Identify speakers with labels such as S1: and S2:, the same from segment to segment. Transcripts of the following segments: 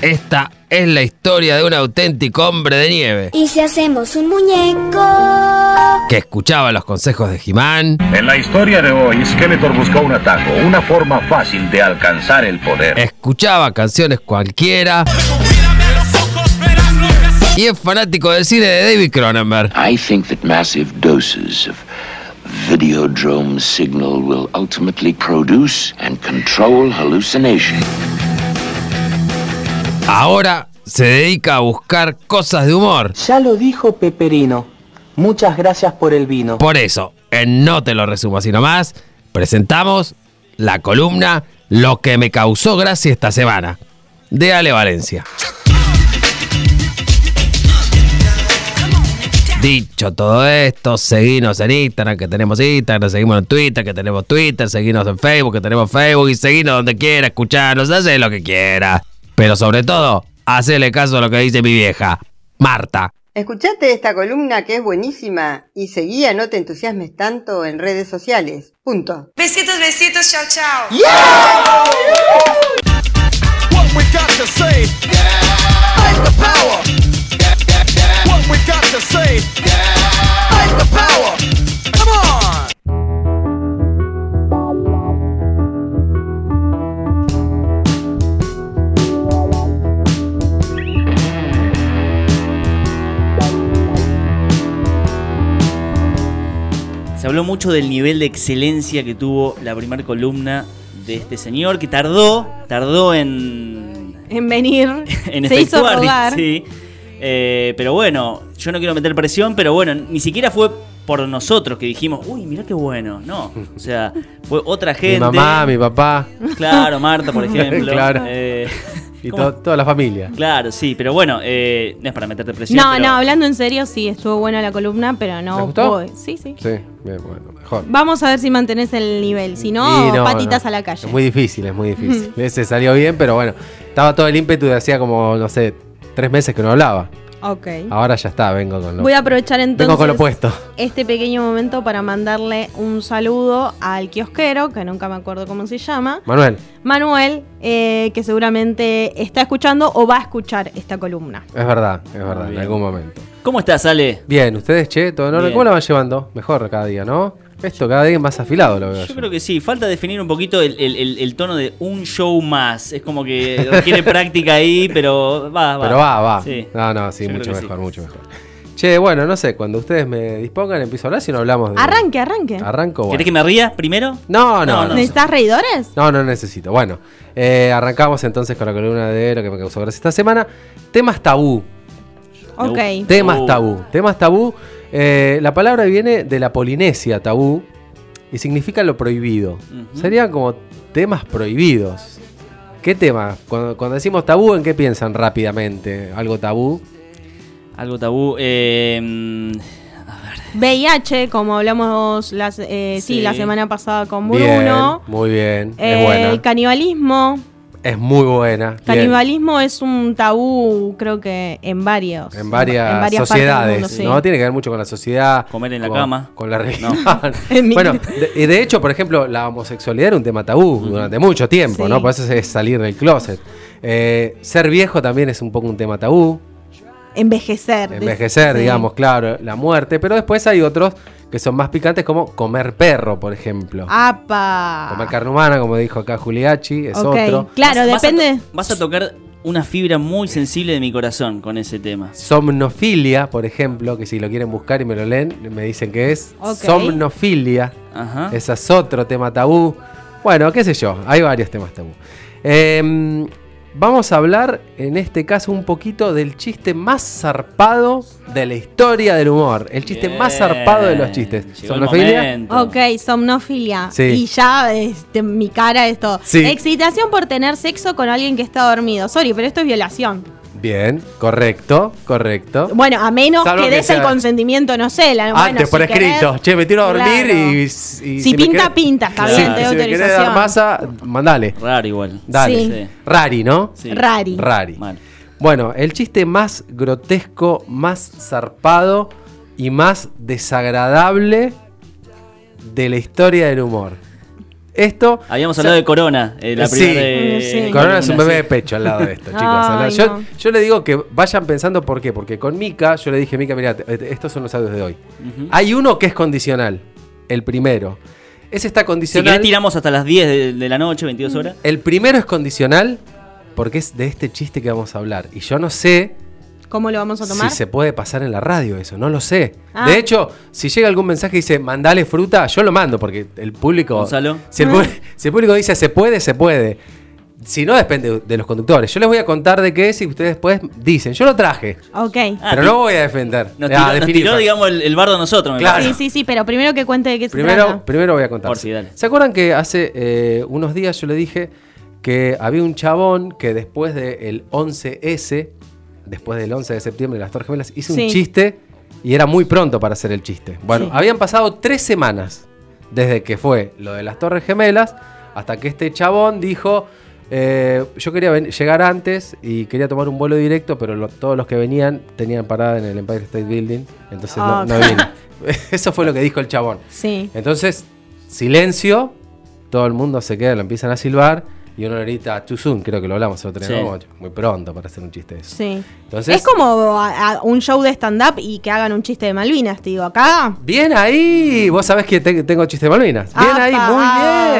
S1: Esta es la historia de un auténtico hombre de nieve
S2: ¿Y si hacemos un muñeco?
S1: que escuchaba los consejos de Jimán,
S3: En la historia de hoy, Skeletor buscó un atajo, una forma fácil de alcanzar el poder.
S1: escuchaba canciones cualquiera y es fanático del cine de David Cronenberg.
S4: I think that massive doses of videodrome signal will ultimately produce and control hallucination.
S1: Ahora se dedica a buscar cosas de humor.
S5: Ya lo dijo Peperino. Muchas gracias por el vino.
S1: Por eso, en No Te Lo Resumo Así Nomás, presentamos la columna Lo que me causó gracia esta semana, de Ale Valencia. Dicho todo esto, seguimos en Instagram, que tenemos Instagram, seguimos en Twitter, que tenemos Twitter, seguimos en Facebook, que tenemos Facebook, y seguimos donde quiera, escucharnos, hace lo que quiera. Pero sobre todo, hacele caso a lo que dice mi vieja, Marta.
S6: Escuchate esta columna que es buenísima y seguía No te entusiasmes tanto en redes sociales. Punto.
S7: Besitos, besitos, chao, chao.
S8: Se habló mucho del nivel de excelencia que tuvo la primera columna de este señor, que tardó, tardó en,
S9: En venir.
S8: en
S9: se hizo
S8: efectuar,
S9: rogar.
S8: sí. Eh, pero bueno, yo no quiero meter presión, pero bueno, ni siquiera fue por nosotros que dijimos, uy, mirá qué bueno. No, o sea, fue otra gente.
S10: Mi mamá, mi papá
S8: Claro, Marta, por ejemplo.
S10: Claro.
S8: Eh,
S10: y
S8: ¿cómo?
S10: to- toda la familia.
S8: Claro, sí, pero bueno, eh, no es para meterte presión.
S9: no,
S8: pero-
S9: no, hablando en serio, sí, estuvo buena la columna, pero
S10: ¿Te
S9: no
S10: gustó?
S9: pude. Sí, sí.
S10: Sí, bien, bueno, mejor.
S9: Vamos a ver si mantenés el nivel, si
S10: Y
S9: no, patitas
S10: no.
S9: a la calle.
S10: Es muy difícil, es muy difícil. Ese salió bien, pero bueno, estaba todo el ímpetu de hacía como, no sé, tres meses que no hablaba.
S9: Ok.
S10: Ahora ya está, vengo con lo,
S9: Voy a aprovechar entonces
S10: Ah, vengo con lo puesto.
S9: este pequeño momento para mandarle un saludo al kiosquero, que nunca me acuerdo cómo se llama,
S10: Manuel,
S9: Manuel, eh, que seguramente está escuchando o va a escuchar esta columna.
S10: es verdad, es verdad, en
S8: Ah, bien.
S10: algún momento.
S8: ¿Cómo estás, Ale?
S10: Bien, ustedes, che, todo en orden.
S8: Bien.
S10: ¿Cómo la van llevando? Mejor cada día, ¿no? Esto cada día es más afilado, lo veo.
S8: Yo creo que sí, falta definir un poquito el, el- el- el tono de un show más. Es como que requiere práctica ahí, pero va, va.
S10: Pero va, va.
S8: Sí.
S10: No, no, sí,
S8: Yo creo
S10: mucho
S8: que sí.
S10: mejor, mucho mejor. Che, bueno, no sé, cuando ustedes me dispongan, empiezo a hablar si no hablamos de.
S9: Arranque, arranque.
S10: Arranco, bueno.
S8: ¿Querés que me ría primero?
S10: No, no,
S8: No,
S10: no.
S8: no.
S9: ¿Necesitas reidores?
S10: No, no necesito. Bueno, eh, arrancamos entonces con la columna de lo que me causó gracia esta semana. Temas tabú.
S9: Ok.
S8: No.
S10: Temas
S8: Uh.
S10: tabú. Temas tabú. Eh, la palabra viene de la Polinesia, tabú, y significa lo prohibido.
S8: Ujú.
S10: Serían como temas prohibidos. ¿Qué tema? Cuando, cuando decimos tabú, ¿en qué piensan rápidamente? ¿Algo tabú?
S8: Algo tabú. eh, mm,
S9: VIH, como hablamos las, eh, sí,
S8: Sí.
S9: la semana pasada con
S10: Bien,
S9: Bruno.
S10: muy bien.
S9: Eh,
S10: es buena.
S9: el canibalismo.
S10: Es muy buena. Bien.
S9: Canibalismo es un tabú, creo que en varios.
S10: En varias,
S9: en varias partes del
S10: sociedades,
S9: mundo, sí.
S10: ¿no? Tiene que ver mucho con la sociedad.
S8: Comer en la
S10: con-
S8: cama.
S10: Con la religión.
S9: En mi-
S10: bueno, de, de hecho, por ejemplo, la homosexualidad era un tema tabú durante mucho tiempo,
S9: Sí.
S10: ¿no? Por eso es salir del closet. Eh, ser viejo también es un poco un tema tabú.
S9: Envejecer.
S10: Envejecer,
S9: Sí.
S10: digamos, claro, la muerte. Pero después hay otros que son más picantes, como comer perro, por ejemplo.
S9: Ah. ¡Apa!
S10: Comer carne humana, como dijo acá Juliachi, es
S9: Ok,
S10: otro.
S9: Claro,
S8: vas- vas a to-
S9: depende.
S8: Vas a tocar una fibra muy sensible de mi corazón con ese tema.
S10: Somnofilia, por ejemplo, que si lo quieren buscar y me lo leen, me dicen que es
S9: Ok.
S10: somnofilia.
S8: Ajá.
S10: Ese es otro tema tabú. Bueno, qué sé yo, hay varios temas tabú. Eh, vamos a hablar en este caso un poquito del chiste más zarpado de la historia del humor. El chiste más
S8: Bien.
S10: zarpado de los chistes.
S8: Eh, Llegó el
S10: ¿Somnofilia?
S8: momento.
S9: Ok, somnofilia.
S10: Sí.
S9: Y ya este, mi cara esto.
S10: Sí.
S9: Excitación por tener sexo con alguien que está dormido. Sorry, pero esto es violación.
S10: Bien, correcto, correcto.
S9: Bueno, a menos
S10: Salvo
S9: que
S10: que
S9: des
S10: sea-
S9: el consentimiento, no sé. La, bueno,
S10: Antes
S9: si
S10: por
S9: querés-
S10: escrito, che, me tiro a dormir
S9: Claro.
S10: y, y-
S9: Si
S10: me
S9: pinta, pinta, está
S10: Sí,
S8: bien, te doy
S10: Si me querés dar
S9: autorización.
S10: masa, mandale.
S8: Raro igual.
S10: Dale.
S9: Sí.
S8: Sí.
S10: Rari, ¿no?
S8: Sí.
S9: Rari.
S10: Rari.
S8: Mal.
S10: Bueno, el chiste más grotesco, más zarpado y más desagradable de la historia del humor. Esto. o
S8: Habíamos
S10: sea,
S8: hablado de Corona, eh, la
S10: Sí.
S8: primera de-
S9: Sí.
S10: Corona es un
S8: Sí.
S10: bebé de pecho al lado de esto, chicos.
S9: Ay,
S10: al lado- yo,
S9: no.
S10: yo le digo que vayan pensando por qué. Porque con Mika, yo le dije, Mika, mira, estos son los audios de hoy. Hay uno que es condicional, el primero. Ese está
S8: Si
S10: condicional.
S8: querés tiramos hasta las 10 de, de la noche, 22 horas.
S10: El primero es condicional porque es de este chiste que vamos a hablar. Y yo no sé
S9: ¿Cómo lo vamos a tomar?
S10: si se puede pasar en la radio eso, no lo sé.
S9: Ah.
S10: De hecho, si llega algún mensaje y dice, mandale fruta, yo lo mando porque el público...
S8: Gonzalo.
S10: Si el,
S9: Ah.
S10: pu- si el público dice, se puede, se puede. Si no, depende de los conductores. Yo les voy a contar de qué es y ustedes después dicen, yo lo traje,
S9: Ok.
S8: Ah,
S10: pero
S8: ti-
S10: no voy a defender.
S8: Nos
S10: a
S8: tiró, nos
S10: definir.
S8: tiró, digamos, el, el bardo a nosotros, me
S10: Ah, Claro.
S8: parece.
S9: Sí, sí, sí, pero primero que cuente de qué se
S10: Primero,
S9: trata.
S10: primero voy a contar.
S8: Orsi, dale.
S10: ¿Se acuerdan que hace eh, unos días yo le dije que había un chabón que después del 11S, después del 11 de septiembre de las Torres Gemelas, hizo
S9: Sí.
S10: un chiste y era muy pronto para hacer el chiste? Bueno,
S9: Sí.
S10: habían pasado tres semanas desde que fue lo de las Torres Gemelas hasta que este chabón dijo. eh, yo quería ven- llegar antes y quería tomar un vuelo directo, pero lo- todos los que venían tenían parada en el Empire State Building, entonces no,
S9: Ah,
S10: no vine. Eso fue lo que dijo el chabón.
S9: Sí.
S10: Entonces, silencio, todo el mundo se queda, lo empiezan a silbar y uno ahorita, too soon, creo que lo hablamos el otro día,
S8: Sí.
S10: ¿no? Como, muy pronto para hacer un chiste de eso.
S9: Sí.
S10: Entonces-
S9: es como a- a un show de stand-up y que hagan un chiste de Malvinas, te digo. Acá.
S10: Bien ahí, vos sabés que te- tengo chiste de Malvinas. Bien ahí,
S9: Apa,
S10: muy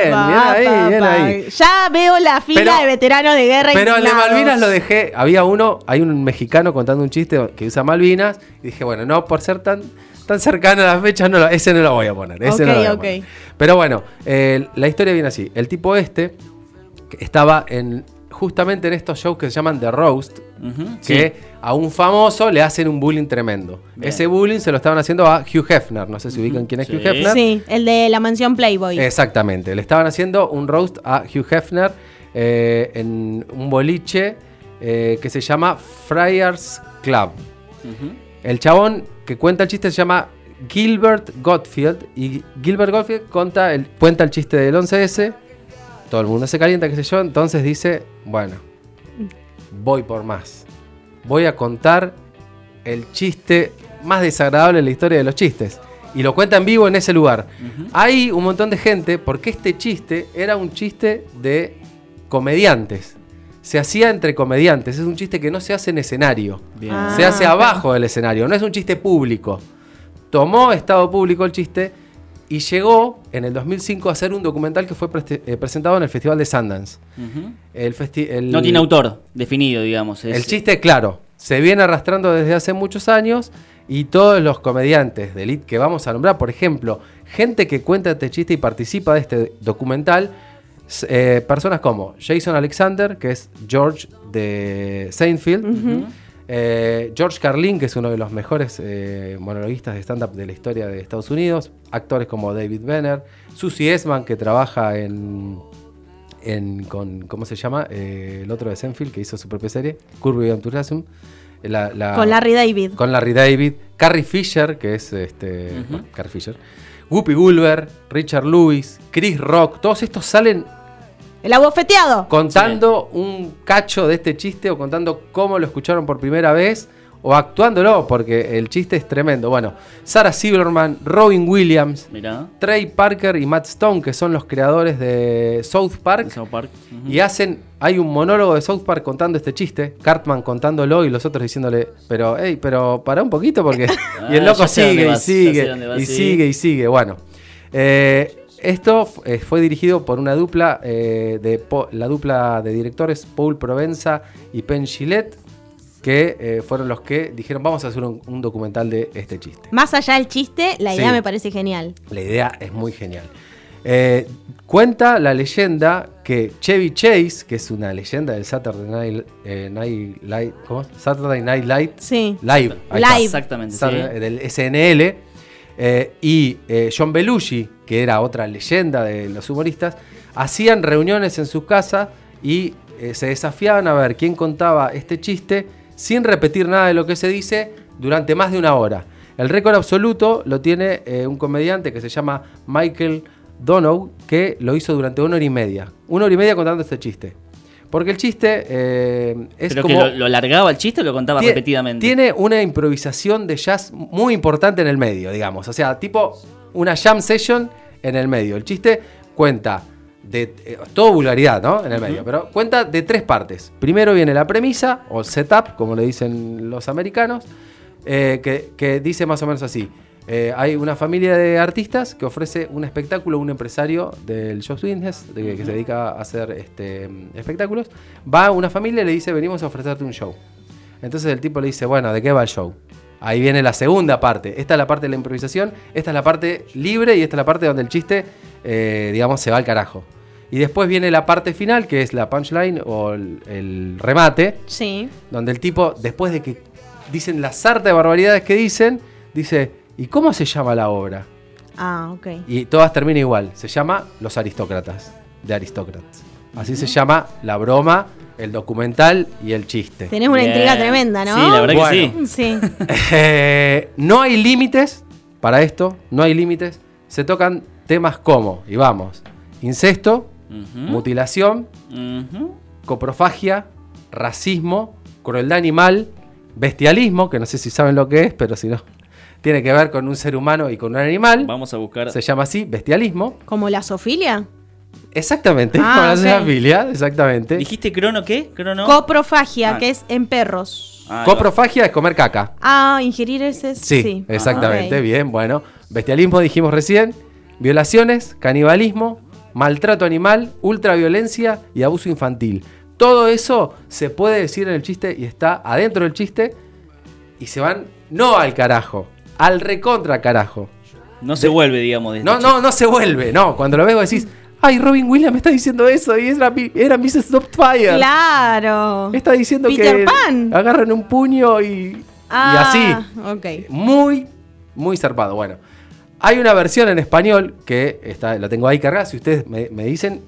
S10: bien,
S9: apa,
S10: bien
S9: apa,
S10: ahí, bien
S9: apa.
S10: ahí.
S9: Ya veo la fila
S10: Pero-
S9: de veteranos de guerra
S10: Pero el de
S9: indignados.
S10: Malvinas lo dejé, había uno, hay un mexicano contando un chiste que usa Malvinas y dije, bueno, no, por ser tan, tan cercano a las fechas, no lo- ese no lo voy a poner. Ese no lo
S9: Ok,
S10: voy a
S9: ok.
S10: poner. Pero bueno, eh, la historia viene así. El tipo este que estaba en justamente en estos shows que se llaman The Roast,
S8: Ujú, sí.
S10: que a un famoso le hacen un bullying tremendo.
S8: Bien.
S10: Ese bullying se lo estaban haciendo a Hugh Hefner. No sé si ubican quién es
S8: Sí.
S10: Hugh Hefner.
S9: Sí, el de la mansión Playboy.
S10: Exactamente. Le estaban haciendo un roast a Hugh Hefner eh, en un boliche eh, que se llama Friars Club. El chabón que cuenta el chiste se llama Gilbert Gottfield. Y Gilbert Gottfield cuenta el, cuenta el chiste del 11S. Todo el mundo se calienta, qué sé yo. Entonces dice, bueno, voy por más. Voy a contar el chiste más desagradable de la historia de los chistes. Y lo cuenta en vivo en ese lugar. Hay un montón de gente porque este chiste era un chiste de comediantes. Se hacía entre comediantes. Es un chiste que no se hace en escenario.
S8: Bien.
S9: Ah.
S10: Se hace
S9: ok.
S10: abajo del escenario. No es un chiste público. Tomó estado público el chiste y llegó en el 2005 a hacer un documental que fue preste- eh, presentado en el Festival de Sundance.
S8: Ujú.
S10: El festi- el-
S8: No tiene autor definido, digamos. es-
S10: el chiste, claro, se viene arrastrando desde hace muchos años y todos los comediantes de elite que vamos a nombrar, por ejemplo, gente que cuenta este chiste y participa de este documental, s- eh, personas como Jason Alexander, que es George de Seinfeld, eh, George Carlin, que es uno de los mejores eh, monologuistas de stand-up de la historia de Estados Unidos, actores como David Benner, Susie Esman, que trabaja en en- con, ¿cómo se llama? Eh, el otro de Senfield que hizo su propia serie, Curvy Enthusiasm. La, la-
S9: Con Larry David.
S10: Con Larry David. Carrie Fisher, que es este.
S8: eh,
S10: bueno, Carrie Fisher. Whoopi Goldberg, Richard Lewis, Chris Rock. Todos estos salen
S9: El abofeteado.
S10: contando un cacho de este chiste o contando cómo lo escucharon por primera vez o actuándolo, porque el chiste es tremendo. Bueno, Sarah Silverman, Robin Williams,
S8: Mirá,
S10: Trey Parker y Matt Stone, que son los creadores de South Park.
S8: de South Park. Ujú.
S10: Y hacen, hay un monólogo de South Park contando este chiste, Cartman contándolo y los otros diciéndole, pero, hey, pero para un poquito porque... y el
S8: Ah,
S10: loco
S8: ya sé
S10: sigue y
S8: dónde vas, ya sé
S10: sigue
S8: dónde vas,
S10: y
S8: sí.
S10: sigue y sigue. Bueno, eh, esto f- eh, fue dirigido por una dupla, eh, de po- la dupla de directores Paul Provenza y Pen Gillette, que eh, fueron los que dijeron, vamos a hacer un, un documental de este chiste.
S9: Más allá del chiste, la idea
S10: Sí.
S9: me parece genial.
S10: La idea es muy genial. Eh, cuenta la leyenda que Chevy Chase, que es una leyenda del Saturday Night, eh, Night Light, ¿cómo es? Saturday Night Light
S9: Sí.
S10: Live, ahí
S9: Live.
S10: está.
S8: Exactamente,
S10: Saturday-
S8: sí.
S10: del SNL, eh, y eh, John Belushi, que era otra leyenda de los humoristas, hacían reuniones en su casa y eh, se desafiaban a ver quién contaba este chiste sin repetir nada de lo que se dice durante más de una hora. El récord absoluto lo tiene eh, un comediante que se llama Michael Donough, que lo hizo durante una hora y media. Una hora y media contando este chiste. Porque el chiste eh, es
S8: Pero
S10: como...
S8: que lo, lo largaba el chiste o lo contaba
S10: Tie-
S8: repetidamente.
S10: Tiene una improvisación de jazz muy importante en el medio, digamos. O sea, tipo una jam session en el medio. El chiste cuenta de eh, todo vulgaridad, ¿no? En el medio, pero cuenta de tres partes. Primero viene la premisa o setup, como le dicen los americanos, eh, que, que dice más o menos así. Eh, hay una familia de artistas que ofrece un espectáculo, un empresario del show business, de- que se dedica a hacer este, espectáculos. Va una familia y le dice, venimos a ofrecerte un show. Entonces el tipo le dice, bueno, ¿de qué va el show? Ahí viene la segunda parte. Esta es la parte de la improvisación, esta es la parte libre y esta es la parte donde el chiste, eh, digamos, se va al carajo. Y después viene la parte final, que es la punchline o el, el remate,
S9: Sí.
S10: donde el tipo, después de que dicen la sarta de barbaridades que dicen, dice, ¿y cómo se llama la obra?
S9: Ah, ok.
S10: Y todas terminan igual. Se llama Los Aristócratas, de Aristócratas. Así se llama la broma, el documental y el chiste.
S9: Tenés una
S8: Bien.
S9: intriga tremenda, ¿no?
S8: Sí, la verdad que
S10: Bueno.
S8: sí.
S9: Sí.
S10: Eh, no hay límites para esto, no hay límites. Se tocan temas como, y vamos, incesto,
S9: ¿Mm?
S8: Ujú,
S10: mutilación,
S8: ujú.
S10: coprofagia, racismo, crueldad animal, bestialismo, que no sé si saben lo que es, pero si no, tiene que ver con un ser humano y con un animal.
S8: Vamos a buscar.
S10: Se llama así, bestialismo.
S9: ¿Como la Sofilia?
S10: Exactamente,
S9: Ah,
S10: con la
S9: ok.
S10: zoofilia, exactamente.
S8: ¿Dijiste crono qué? ¿Crono?
S9: Coprofagia,
S8: Ah.
S9: que es en perros.
S8: Ah, ahí va.
S10: Coprofagia es comer caca.
S9: Ah, ingerir ese.
S10: Sí, exactamente, bien, bueno. Bestialismo dijimos recién, violaciones, canibalismo, maltrato animal, ultraviolencia y abuso infantil. Todo eso se puede decir en el chiste y está adentro del chiste y se van no al carajo, al recontra carajo.
S8: No se vuelve, digamos. de este
S10: No,
S8: chiste.
S10: no, no se vuelve, no. Cuando lo ves vos decís, ay, Robin Williams me está diciendo eso y era, mi- era Mrs. Doubtfire.
S9: Claro.
S10: Está diciendo que
S9: Peter Pan.
S10: agarran un puño y, y así.
S9: Ah, Ok.
S10: Muy, muy zarpado. Bueno, hay una versión en español que está, la tengo ahí cargada. Si ustedes me, me dicen,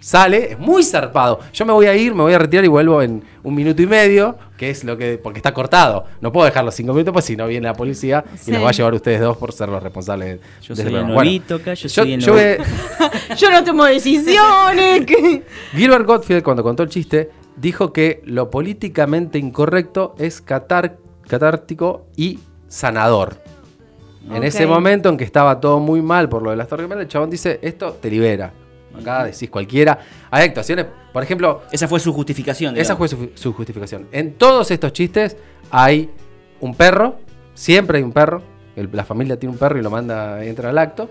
S10: sale, es muy zarpado. Yo me voy a ir, me voy a retirar y vuelvo en un minuto y medio, que es lo que. porque está cortado. No puedo dejarlo cinco minutos, pues si no viene la policía
S9: Sí.
S10: y los va a llevar ustedes dos por ser los responsables de este
S8: Yo soy el
S10: programa.
S8: novito acá, yo soy el
S10: yo voy-
S8: novito.
S9: Yo no tomo decisiones. que-
S10: Gilbert Gottfried, cuando contó el chiste, dijo que lo políticamente incorrecto es catar- catártico y sanador. En
S9: Ok.
S10: ese momento en que estaba todo muy mal por lo de las Torres Gemelas, el chabón dice, esto te libera. Acá decís cualquiera. Hay actuaciones, por ejemplo,
S8: Esa fue su justificación.
S10: esa
S8: digamos.
S10: fue su, su justificación. En todos estos chistes hay un perro, siempre hay un perro, el- la familia tiene un perro y lo manda, entra al acto.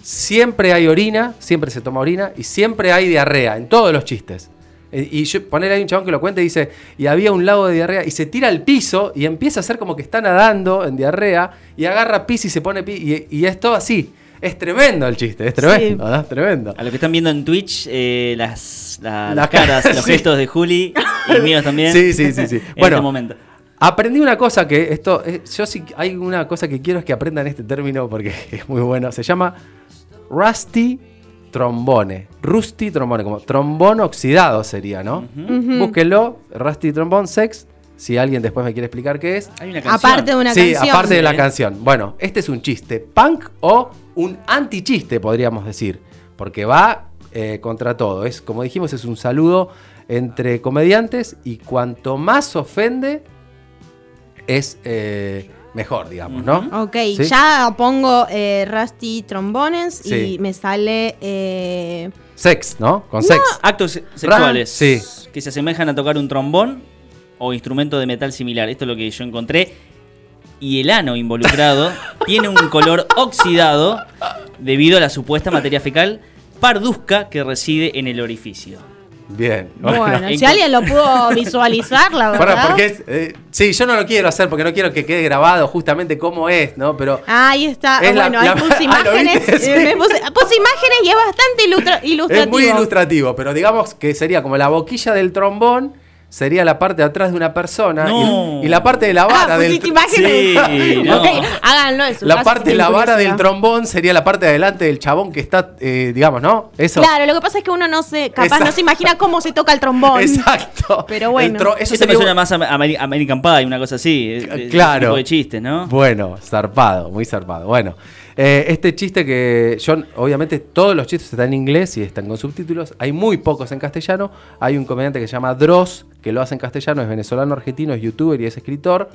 S10: Siempre hay orina, siempre se toma orina y siempre hay diarrea en todos los chistes. Eh, Y yo poner ahí un chabón que lo cuenta y dice, y había un lago de diarrea y se tira al piso y empieza a hacer como que está nadando en diarrea y agarra pis y se pone pis y, y es todo así. Es tremendo el chiste, es tremendo, ¿no? Es tremendo.
S8: A los que están viendo en Twitch, eh, las, la-
S10: Las
S8: las caras,
S10: caras,
S8: los
S10: sí.
S8: gestos de Juli y míos también.
S10: Sí, sí, sí, sí.
S8: en
S10: Bueno.
S8: este momento.
S10: Aprendí una cosa que esto, eh, yo sí, hay una cosa que quiero es que aprendan este término porque es muy bueno. Se llama rusty trombone. Rusty trombone, como trombón oxidado sería, ¿no? Búsquenlo, rusty trombone sex, si alguien después me quiere explicar qué es.
S8: Hay una canción.
S9: Aparte de una
S10: sí,
S9: canción.
S10: aparte de la
S8: Sí.
S10: canción. Bueno, este es un chiste punk o un antichiste, podríamos decir, porque va eh, contra todo. Es, como dijimos, es un saludo entre comediantes y cuanto más ofende, es eh, mejor, digamos, ¿no?
S9: Ok,
S10: ¿Sí?
S9: ya pongo eh, Rusty Trombones
S10: Sí.
S9: y me sale. eh,
S10: Sex, ¿no? Con sex.
S8: Actos se- sexuales
S10: sí.
S8: que se asemejan a tocar un trombón o instrumento de metal similar. Esto es lo que yo encontré. Y el ano involucrado tiene un color oxidado debido a la supuesta materia fecal parduzca que reside en el orificio.
S10: Bien.
S9: bueno,
S8: en
S9: si
S8: co-
S9: alguien lo pudo visualizar, la verdad.
S10: Bueno, porque es, eh, sí, yo no lo quiero hacer porque no quiero que quede grabado justamente cómo es, ¿no? Pero
S9: Ahí está.
S10: Es la-
S9: bueno, ahí
S10: la- Ah,
S9: puse
S10: ¿lo
S9: imágenes.
S10: viste?
S9: eh,
S10: Sí.
S9: me puse, puse imágenes y es bastante ilustra- ilustrativo.
S10: Es muy ilustrativo, pero digamos que sería como la boquilla del trombón, sería la parte de atrás de una persona
S8: No.
S10: y, y la parte de la vara
S9: Ah,
S10: del
S9: pusiste
S10: tr-
S9: imágenes.
S8: Sí, no.
S9: Ok, háganlo en su
S10: La
S9: casa si
S10: parte de
S9: tienen
S10: la vara
S9: curiosidad.
S10: del trombón sería la parte de adelante del chabón que está, eh, digamos, ¿no? Eso.
S9: Claro, lo que pasa es que uno no se, capaz no
S10: Exacto.
S9: se imagina cómo se toca el trombón.
S10: Exacto.
S9: Pero bueno.
S10: El tro- eso
S8: Eso
S10: sería
S8: me suena
S10: un-
S8: más a Ameri- American Pie, una cosa así. eh, eh,
S10: Claro.
S8: Tipo de chistes, ¿no?
S10: Bueno, zarpado, muy zarpado. Bueno, eh, este chiste que yo, obviamente todos los chistes están en inglés y están con subtítulos. Hay muy pocos en castellano. Hay un comediante que se llama Dross, que lo hace en castellano, es venezolano, argentino, es youtuber y es escritor.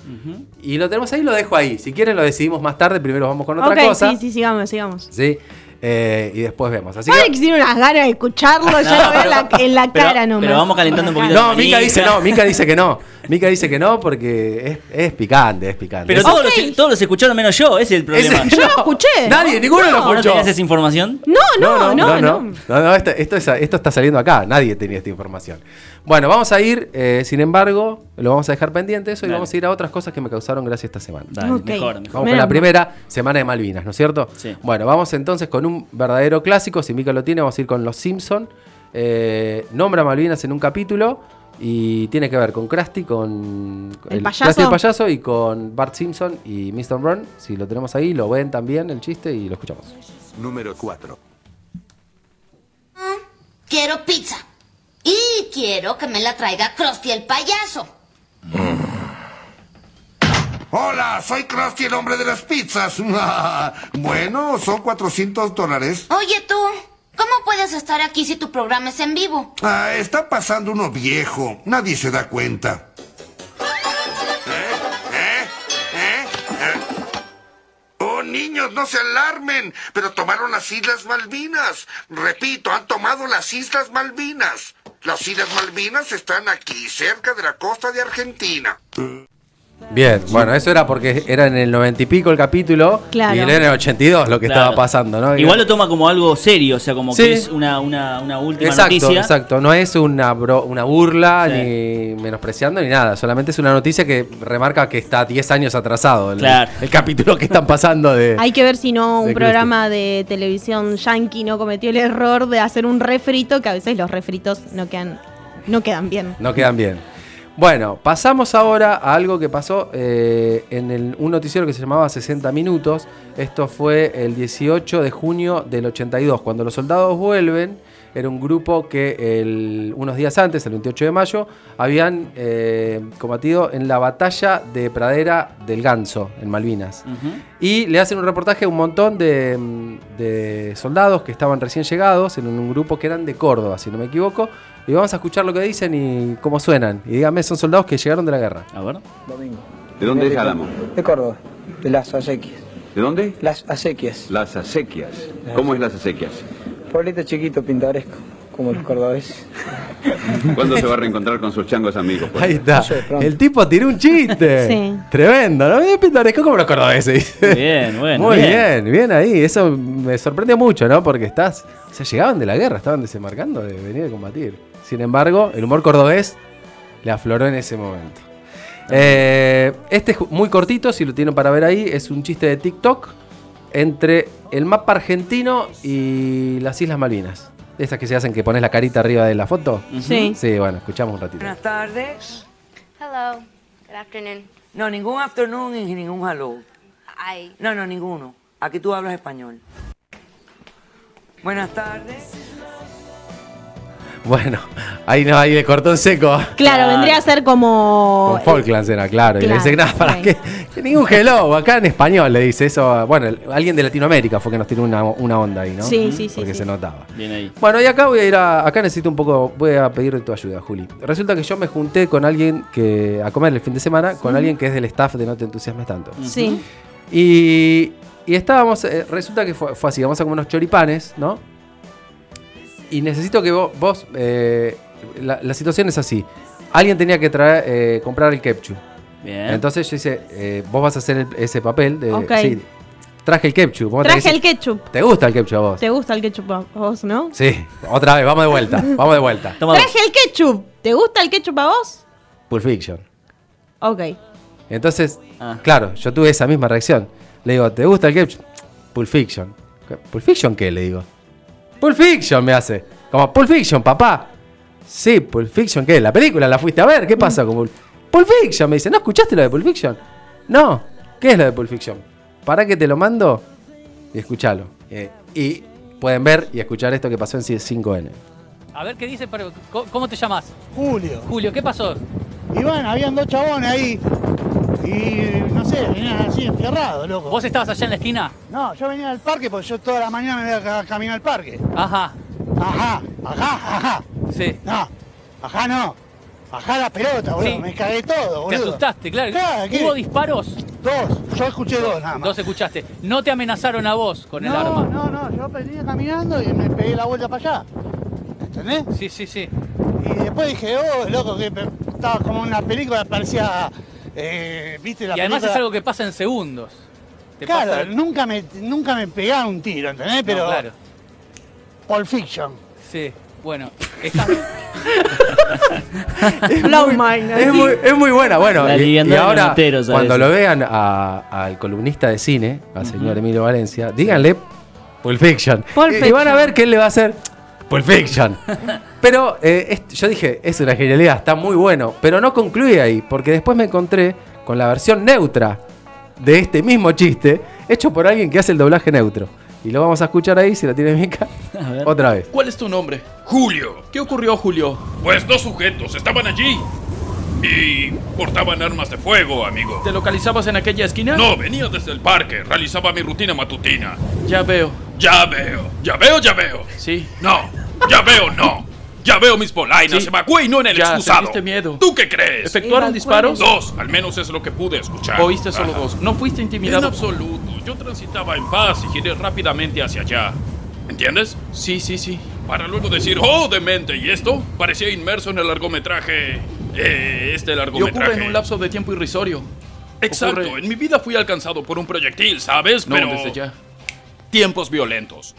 S10: Y lo tenemos ahí, lo dejo ahí. Si quieren lo decidimos más tarde, primero vamos con otra
S9: ok,
S10: cosa.
S9: sí, sí, sigamos, sigamos.
S10: Sí. Eh, y después vemos. Así que-
S9: Alex tiene unas ganas de escucharlo, ya lo veo en la, en la
S8: pero-
S9: cara nomás.
S8: pero vamos calentando un
S9: Con la
S8: poquito
S9: cara.
S10: No, Mica dice no, Mica dice que no. Mica dice que no porque es, es picante, es picante.
S8: Pero
S10: Es-
S8: todos, los, e- todos los escucharon menos yo, ese es el
S10: es-
S8: problema.
S9: Yo no escuché.
S10: Nadie, ninguno
S8: ¿Vos
S10: lo
S8: no
S10: escuchó.
S8: tenías esa información?
S9: No, no, no, no.
S10: No, no, esto, esto es- esto está saliendo acá. Nadie tenía esta información. Bueno, vamos a ir, eh, sin embargo, lo vamos a dejar pendiente eso y
S8: Dale.
S10: vamos a ir a otras cosas que me causaron gracia esta semana.
S8: Dale,
S9: Ok.
S8: mejor, mejor.
S10: Vamos
S9: Menos
S10: con la
S9: mal.
S10: primera, Semana de Malvinas, ¿no es cierto?
S8: Sí.
S10: Bueno, vamos entonces con un verdadero clásico. Si Mica lo tiene, vamos a ir con Los Simpson. Eh, nombra a Malvinas en un capítulo y tiene que ver con Krusty, con
S9: El payaso.
S10: Krusty el payaso y con Bart Simpson y Mr. Brown. Si lo tenemos ahí, lo ven también el chiste y lo escuchamos.
S3: Número 4.
S2: Quiero pizza. Y quiero que me la traiga Krusty el payaso.
S3: Hola, soy Krusty, el hombre de las pizzas. bueno, son 400 dólares.
S2: Oye tú, ¿cómo puedes estar aquí si tu programa es en vivo?
S3: Ah, está pasando uno viejo. Nadie se da cuenta. ¿Eh? ¿Eh? ¿Eh? Oh, niños, no se alarmen. Pero tomaron las Islas Malvinas. Repito, han tomado las Islas Malvinas. Las Islas Malvinas están aquí, cerca de la costa de Argentina.
S10: Bien, bueno, eso era porque era en el noventa y pico el capítulo
S9: Claro.
S10: y era en el 82 lo que
S8: Claro.
S10: estaba pasando, ¿no?
S8: Igual lo toma como algo serio, o sea, como
S10: Sí.
S8: que es una, una, una última
S10: Exacto,
S8: noticia.
S10: exacto. No es una, bro- una burla,
S8: Sí.
S10: ni menospreciando, ni nada. Solamente es una noticia que remarca que está 10 años atrasado el,
S8: Claro.
S10: el capítulo que están pasando de...
S9: Hay que ver si no
S10: De
S9: un
S10: Krusty.
S9: programa de televisión yankee no cometió el error de hacer un refrito, que a veces los refritos no quedan, no quedan bien.
S10: No quedan bien. Bueno, pasamos ahora a algo que pasó eh, en el- un noticiero que se llamaba 60 Minutos. Esto fue el 18 de junio del 82. Cuando los soldados vuelven, era un grupo que el- unos días antes, el 28 de mayo, habían eh, combatido en la batalla de Pradera del Ganso, en Malvinas.
S8: Ujú.
S10: Y le hacen un reportaje a un montón de, mm, de soldados que estaban recién llegados en un grupo que eran de Córdoba, si no me equivoco. Y vamos a escuchar lo que dicen y cómo suenan. Y díganme, son soldados que llegaron de la guerra.
S8: A ver.
S3: ¿De dónde es Álamo?
S5: De Córdoba, de las acequias.
S3: ¿De dónde?
S5: Las acequias.
S3: Las acequias. ¿Cómo es las acequias?
S5: Pueblito chiquito, pintoresco, como los cordobeses.
S3: ¿Cuándo se va a reencontrar con sus changos amigos?
S10: Ahí está.
S5: Sí, pronto.
S10: El tipo tiró un chiste.
S9: Sí.
S10: Tremendo, ¿no? Bien pintoresco como los cordobeses.
S8: Bien, bueno,
S10: Muy bien.
S8: bien.
S10: bien, ahí. Eso me sorprendió mucho, ¿no? Porque estás. O sea, llegaban de la guerra, estaban desembarcando de venir a combatir. Sin embargo, el humor cordobés le afloró en ese momento. Eh, este es ju- muy cortito, si lo tienen para ver ahí. Es un chiste de TikTok entre el mapa argentino y las Islas Malvinas. Estas que se hacen que pones la carita arriba de la foto.
S9: Sí.
S10: Sí, bueno, escuchamos un ratito.
S7: tardes.
S2: Hello, good afternoon.
S7: No, ningún afternoon y ningún hello.
S2: Ay,
S7: No, no, ninguno. Aquí tú hablas español. Buenas tardes.
S10: Bueno, ahí no, ahí le cortó en seco.
S9: Claro,
S8: Claro.
S9: vendría a ser como.
S10: Con Falklands era, claro. Y le
S9: eh, Claro,
S10: dice, nada, ¿para
S9: ok.
S10: qué? Que Ningún hello, acá en español le dice eso. Bueno, el- alguien de Latinoamérica fue que nos tiró una, una onda ahí, ¿no?
S9: Sí, sí, sí,
S10: Porque
S9: sí.
S10: se notaba.
S8: Bien ahí.
S10: Bueno, y acá voy a ir a. Acá necesito un poco. Voy a pedir de tu ayuda, Juli. Resulta que yo me junté con alguien que. a comer el fin de semana con alguien que es del staff de No Te Entusiasmes Tanto.
S9: Sí.
S10: Y, y estábamos, eh, resulta que fue, fue así, vamos a comer unos choripanes, ¿no? Y necesito que vos, vos, eh, la, la situación es así. Alguien tenía que traer, eh, comprar el ketchup.
S8: Bien.
S10: Entonces yo hice, eh, vos vas a hacer el- ese papel de...
S9: Ok.
S10: sí, traje el ketchup. vos
S9: Traje
S10: tenés-
S9: el ketchup.
S10: ¿Te gusta el ketchup a vos?
S9: ¿Te gusta el ketchup a vos, no?
S10: Sí, otra vez, vamos de vuelta, vamos de vuelta.
S8: Toma dos.
S9: Traje el ketchup. ¿Te gusta el ketchup a vos?
S10: Pulp Fiction.
S9: Ok.
S10: Entonces,
S8: Ah.
S10: claro, yo tuve esa misma reacción. Le digo, ¿te gusta el ketchup? Pulp Fiction. ¿Pulp Fiction qué? Le digo. Pulp Fiction me hace. Como, Pulp Fiction, papá. Sí, Pulp Fiction qué? ¿La película la fuiste a ver? ¿Qué pasa con Pulp Pulp Fiction? Me dice, ¿no escuchaste lo de Pulp Fiction? No. ¿Qué es lo de Pulp Fiction? ¿Para que te lo mando? Y escuchalo. Eh, y pueden ver y escuchar esto que pasó en 5N.
S11: A ver qué dice, pero ¿cómo- ¿cómo te llamas? Julio. Julio, ¿qué pasó?
S5: Iván, habían dos chabones ahí. Y no sé, venían así enferrados, loco.
S11: ¿Vos estabas allá en la esquina?
S5: No, yo venía al parque pues, porque yo toda la mañana me voy a ca- caminar al parque.
S11: Ajá,
S5: Ajá, ajá, ajá.
S11: sí.
S5: No, ajá no. Ajá la pelota, boludo.
S11: Sí.
S5: Me cagué todo,
S11: Te
S5: boludo.
S11: asustaste, claro.
S5: Claro, ¿qué?
S11: ¿Hubo disparos?
S5: Dos, yo escuché dos nada más.
S11: Dos escuchaste. No te amenazaron a vos con el
S5: no,
S11: arma.
S5: No, no, yo venía caminando y me pegué la vuelta para allá. ¿Entendés?
S11: Sí, sí, sí.
S5: Y después dije, oh, loco, que pe- estaba como una película, parecía. eh, ¿Viste la
S11: Y además
S5: película?
S11: es algo que pasa en segundos. Te
S5: Claro,
S11: pasa-
S5: nunca, me, nunca me pegaron un tiro, ¿entendés?
S11: No,
S5: Pero.
S11: claro.
S5: Pulp Fiction.
S11: Sí, bueno. estás-
S10: Es muy, es muy buena, bueno.
S8: La
S10: Y, y
S8: liviandad de los
S10: ahora,
S8: noteros a
S10: cuando
S8: veces.
S10: lo vean a- al columnista de cine, al señor Emilio Valencia, díganle Pulp Fiction.
S8: Pulp
S10: Y- Y
S8: Fiction.
S10: van a ver que él le va a hacer Pulp Fiction. Pero eh, es- yo dije, es una genialidad, está muy bueno. Pero no concluí ahí, porque después me encontré con la versión neutra de este mismo chiste, hecho por alguien que hace el doblaje neutro. Y lo vamos a escuchar ahí, si la tiene Mica, otra vez.
S12: ¿Cuál es tu nombre? Julio. ¿Qué ocurrió, Julio? Pues dos sujetos estaban allí. Y portaban armas de fuego, amigo. ¿Te localizabas en aquella esquina? No, venía desde el parque. Realizaba mi rutina matutina.
S13: Ya veo.
S12: Ya veo. Ya veo, ya veo.
S13: Sí.
S12: No. Ya veo, no. Ya veo mis polainas.
S13: Sí.
S12: Se me acué y no en el
S13: Ya,
S12: excusado.
S13: sentiste miedo.
S12: ¿Tú qué crees?
S13: ¿Efectuaron disparos?
S12: Dos. Al menos es lo que pude escuchar.
S13: Oíste solo
S12: Ajá.
S13: dos. No fuiste intimidado.
S12: En absoluto. Yo transitaba en paz y giré rápidamente hacia allá. ¿Entiendes? Sí, sí, sí. Para luego decir, oh, demente, ¿y esto? Parecía inmerso en el largometraje. eh, este
S13: Y ocurre
S12: largometraje.
S13: en un lapso de tiempo irrisorio.
S12: Exacto.
S13: ocurre-
S12: En mi vida fui alcanzado por un proyectil, ¿sabes?
S13: No,
S12: Pero.
S13: desde ya.
S12: Tiempos violentos.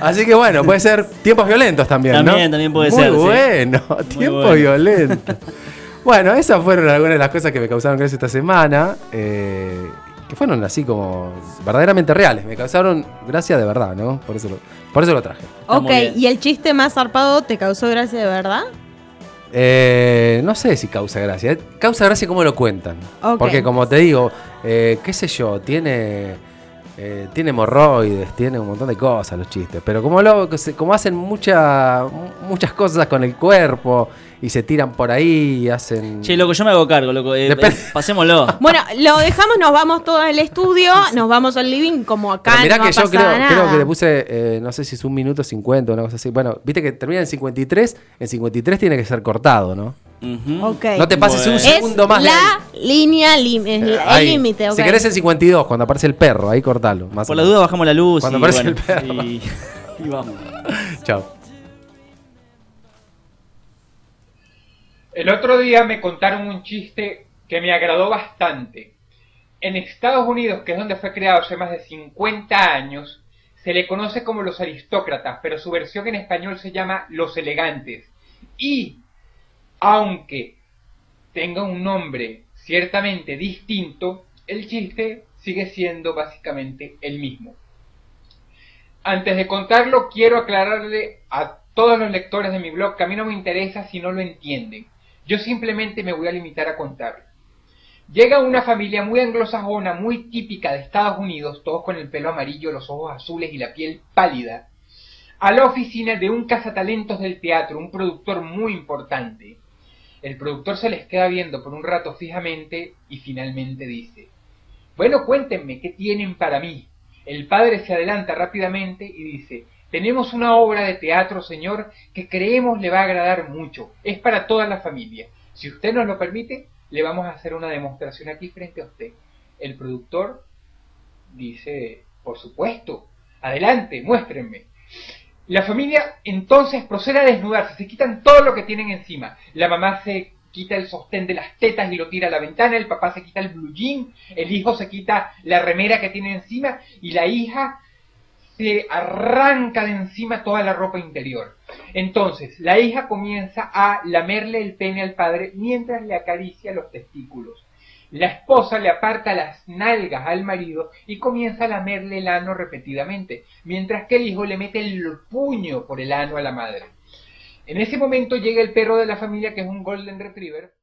S10: Así que bueno, puede ser tiempos violentos también, ¿no?
S8: También, también puede ser, sí.
S10: Muy bueno, tiempos
S8: bueno.
S10: violentos. bueno, esas fueron algunas de las cosas que me causaron gracia esta semana. eh, que fueron así como verdaderamente reales. Me causaron gracia de verdad, ¿no? Por eso lo, por eso lo traje.
S9: Ok, ¿y el chiste más zarpado te causó gracia de verdad?
S10: Eh, no sé si causa gracia. eh, Causa gracia como lo cuentan.
S9: Ok.
S10: Porque como te digo, eh, qué sé yo, tiene, eh, tiene hemorroides, tiene un montón de cosas los chistes. Pero como, lo, que se- como hacen mucha, muchas cosas con el cuerpo y se tiran por ahí y hacen...
S8: Che, loco, yo me hago cargo, loco. eh, eh, pasémoslo.
S9: Bueno, lo dejamos, nos vamos todos al estudio, nos vamos al living, como acá.
S10: Pero mirá
S9: no
S10: que
S9: ha
S10: yo
S9: pasado
S10: creo,
S9: nada.
S10: creo que le puse, eh, no sé si es un minuto 50 o una cosa así. Bueno, viste que termina en 53, en 53 tiene que ser cortado, ¿no?
S9: Ok.
S10: No te pases un
S9: Es
S10: segundo más de
S9: La línea, lim- es
S10: Eh,
S9: la- el
S10: ahí.
S9: límite, ok.
S10: Si querés el 52, cuando aparece el perro, ahí cortalo. más
S8: Por
S10: o
S8: la
S10: menos.
S8: duda bajamos la luz.
S10: Cuando
S8: y
S10: aparece
S8: bueno,
S10: el perro.
S8: Y, y vamos.
S10: Chao.
S14: El otro día me contaron un chiste que me agradó bastante. En Estados Unidos, que es donde fue creado hace más de 50 años, se le conoce como los aristócratas, pero su versión en español se llama los elegantes. Y, aunque tenga un nombre ciertamente distinto, el chiste sigue siendo básicamente el mismo. Antes de contarlo, quiero aclararle a todos los lectores de mi blog que a mí no me interesa si no lo entienden. Yo simplemente me voy a limitar a contarlo. Llega una familia muy anglosajona, muy típica de Estados Unidos, todos con el pelo amarillo, los ojos azules y la piel pálida, a la oficina de un cazatalentos del teatro, un productor muy importante. El productor se les queda viendo por un rato fijamente y finalmente dice, bueno, cuéntenme, ¿qué tienen para mí? El padre se adelanta rápidamente y dice, tenemos una obra de teatro, señor, que creemos le va a agradar mucho. Es para toda la familia. Si usted nos lo permite, le vamos a hacer una demostración aquí frente a usted. El productor dice, por supuesto, adelante, muéstrenme. La familia entonces procede a desnudarse, se quitan todo lo que tienen encima. La mamá se quita el sostén de las tetas y lo tira a la ventana, el papá se quita el blue jean, el hijo se quita la remera que tiene encima y la hija se arranca de encima toda la ropa interior. Entonces, la hija comienza a lamerle el pene al padre mientras le acaricia los testículos. La esposa le aparta las nalgas al marido y comienza a lamerle el ano repetidamente, mientras que el hijo le mete el puño por el ano a la madre. En ese momento llega el perro de la familia, que es un Golden Retriever,